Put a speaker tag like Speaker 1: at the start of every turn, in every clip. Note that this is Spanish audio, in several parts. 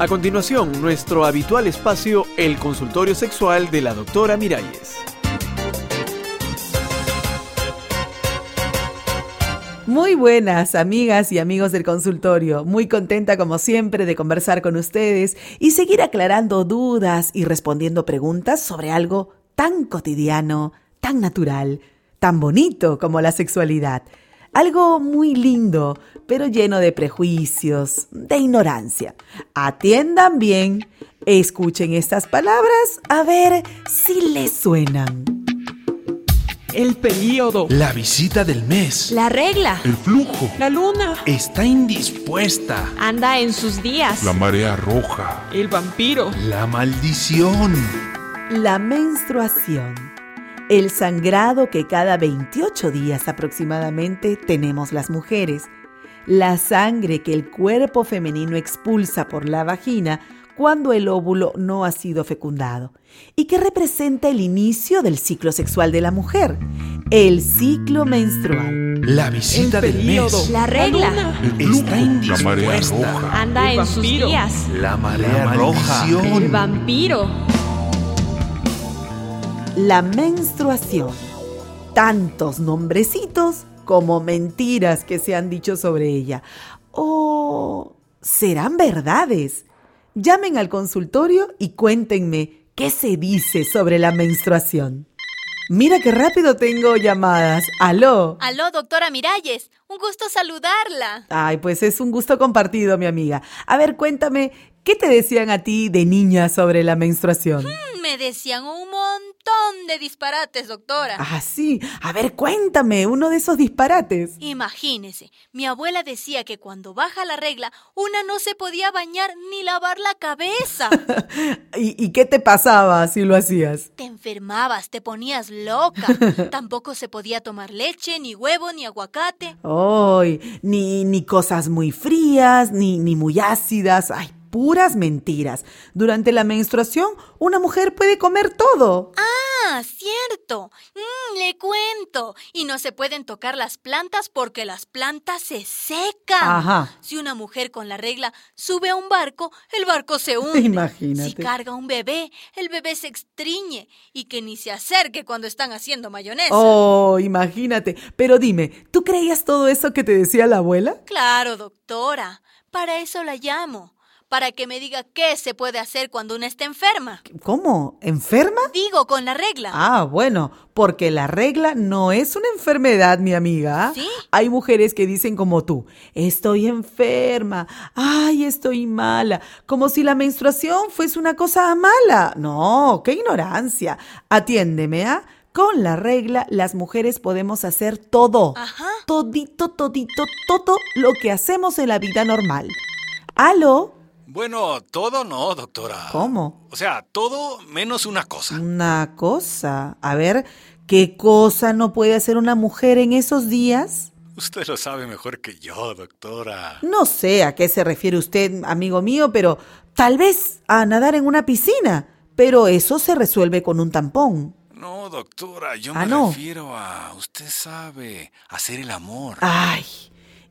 Speaker 1: A continuación, nuestro habitual espacio, el consultorio sexual de la doctora Miralles.
Speaker 2: Muy buenas amigas y amigos del consultorio, muy contenta como siempre de conversar con ustedes y seguir aclarando dudas y respondiendo preguntas sobre algo tan cotidiano, tan natural, tan bonito como la sexualidad. Algo muy lindo, pero lleno de prejuicios, de ignorancia. Atiendan bien, escuchen estas palabras a ver si les suenan.
Speaker 3: El periodo.
Speaker 4: La visita del mes.
Speaker 5: La regla.
Speaker 4: El flujo.
Speaker 3: La luna.
Speaker 4: Está indispuesta.
Speaker 5: Anda en sus días.
Speaker 4: La marea roja.
Speaker 3: El vampiro.
Speaker 4: La maldición.
Speaker 2: La menstruación. El sangrado que cada 28 días aproximadamente tenemos las mujeres. La sangre que el cuerpo femenino expulsa por la vagina cuando el óvulo no ha sido fecundado y que representa el inicio del ciclo sexual de la mujer, el ciclo menstrual.
Speaker 4: La visita
Speaker 3: El
Speaker 4: del
Speaker 3: periodo.
Speaker 4: mes.
Speaker 5: La regla.
Speaker 4: Está
Speaker 6: La marea
Speaker 4: indispuesta.
Speaker 6: roja.
Speaker 5: Anda
Speaker 3: El
Speaker 5: en sus
Speaker 3: vampiro.
Speaker 5: días.
Speaker 4: La marea roja.
Speaker 5: El vampiro.
Speaker 2: La menstruación. Tantos nombrecitos como mentiras que se han dicho sobre ella. ¿O serán verdades? Llamen al consultorio y cuéntenme qué se dice sobre la menstruación. Mira qué rápido tengo llamadas. ¡Aló!
Speaker 7: Aló, doctora Miralles. Un gusto saludarla.
Speaker 2: Ay, pues es un gusto compartido, mi amiga. A ver, cuéntame, ¿qué te decían a ti de niña sobre la menstruación?
Speaker 7: Mm, Me decían un montón de disparates, doctora.
Speaker 2: Ah, sí. A ver, cuéntame uno de esos disparates.
Speaker 7: Imagínese, mi abuela decía que cuando baja la regla, una no se podía bañar ni lavar la cabeza.
Speaker 2: ¿Y, y qué te pasaba si lo hacías?
Speaker 7: Te enfermabas, te ponías loca. Tampoco se podía tomar leche, ni huevo, ni aguacate.
Speaker 2: Ay, ni, ni cosas muy frías, ni, ni muy ácidas. Ay, puras mentiras. Durante la menstruación, una mujer puede comer todo.
Speaker 7: Ah, cierto. Mm, le cuento. Y no se pueden tocar las plantas porque las plantas se secan.
Speaker 2: Ajá.
Speaker 7: Si una mujer con la regla sube a un barco, el barco se hunde.
Speaker 2: Imagínate.
Speaker 7: Si carga un bebé, el bebé se extriñe y que ni se acerque cuando están haciendo mayonesa.
Speaker 2: Oh, imagínate. Pero dime, ¿tú creías todo eso que te decía la abuela?
Speaker 7: Claro, doctora. Para eso la llamo. Para que me diga qué se puede hacer cuando una está enferma.
Speaker 2: ¿Cómo? ¿Enferma?
Speaker 7: Digo, con la regla.
Speaker 2: Ah, bueno, porque la regla no es una enfermedad, mi amiga.
Speaker 7: ¿Sí?
Speaker 2: Hay mujeres que dicen como tú, estoy enferma, ay, estoy mala, como si la menstruación fuese una cosa mala. No, qué ignorancia. Atiéndeme, ¿ah? Con la regla, las mujeres podemos hacer todo.
Speaker 7: Ajá.
Speaker 2: Todito, todito, todo lo que hacemos en la vida normal. ¿Aló?
Speaker 6: Bueno, todo no, doctora.
Speaker 2: ¿Cómo?
Speaker 6: O sea, todo menos una cosa.
Speaker 2: Una cosa. A ver, ¿qué cosa no puede hacer una mujer en esos días?
Speaker 6: Usted lo sabe mejor que yo, doctora.
Speaker 2: No sé a qué se refiere usted, amigo mío, pero tal vez a nadar en una piscina. Pero eso se resuelve con un tampón.
Speaker 6: No, doctora, yo
Speaker 2: Ah,
Speaker 6: me
Speaker 2: no.
Speaker 6: refiero a, usted sabe, hacer el amor.
Speaker 2: Ay,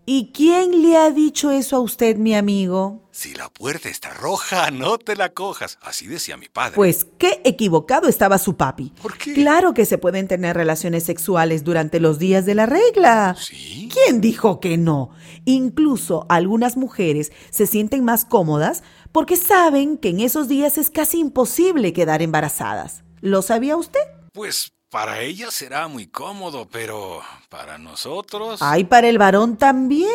Speaker 2: ¿y quién le ha dicho eso a usted, mi amigo?
Speaker 6: Si la puerta está roja, no te la cojas. Así decía mi padre.
Speaker 2: Pues qué equivocado estaba su papi.
Speaker 6: ¿Por qué?
Speaker 2: Claro que se pueden tener relaciones sexuales durante los días de la regla.
Speaker 6: ¿Sí?
Speaker 2: ¿Quién dijo que no? Incluso algunas mujeres se sienten más cómodas porque saben que en esos días es casi imposible quedar embarazadas. ¿Lo sabía usted?
Speaker 6: Pues para ella será muy cómodo, pero para nosotros...
Speaker 2: Ay, para el varón también.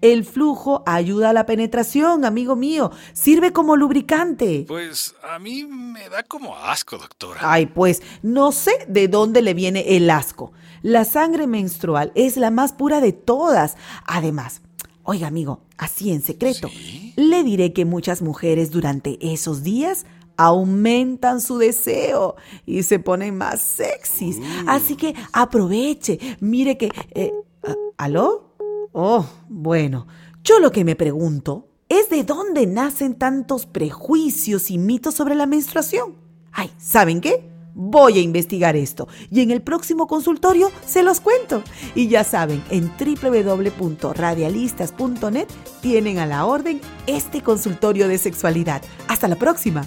Speaker 2: El flujo ayuda a la penetración, amigo mío. Sirve como lubricante.
Speaker 6: Pues a mí me da como asco, doctora.
Speaker 2: Ay, pues no sé de dónde le viene el asco. La sangre menstrual es la más pura de todas. Además, oiga amigo, así en secreto,
Speaker 6: ¿Sí?
Speaker 2: le diré que muchas mujeres durante esos días aumentan su deseo y se ponen más sexys. Así que aproveche, mire que... eh, ah, ¿Aló? Oh, bueno, yo lo que me pregunto es de dónde nacen tantos prejuicios y mitos sobre la menstruación. Ay, ¿saben qué? Voy a investigar esto y en el próximo consultorio se los cuento. Y ya saben, en www.radialistas.net tienen a la orden este consultorio de sexualidad. Hasta la próxima.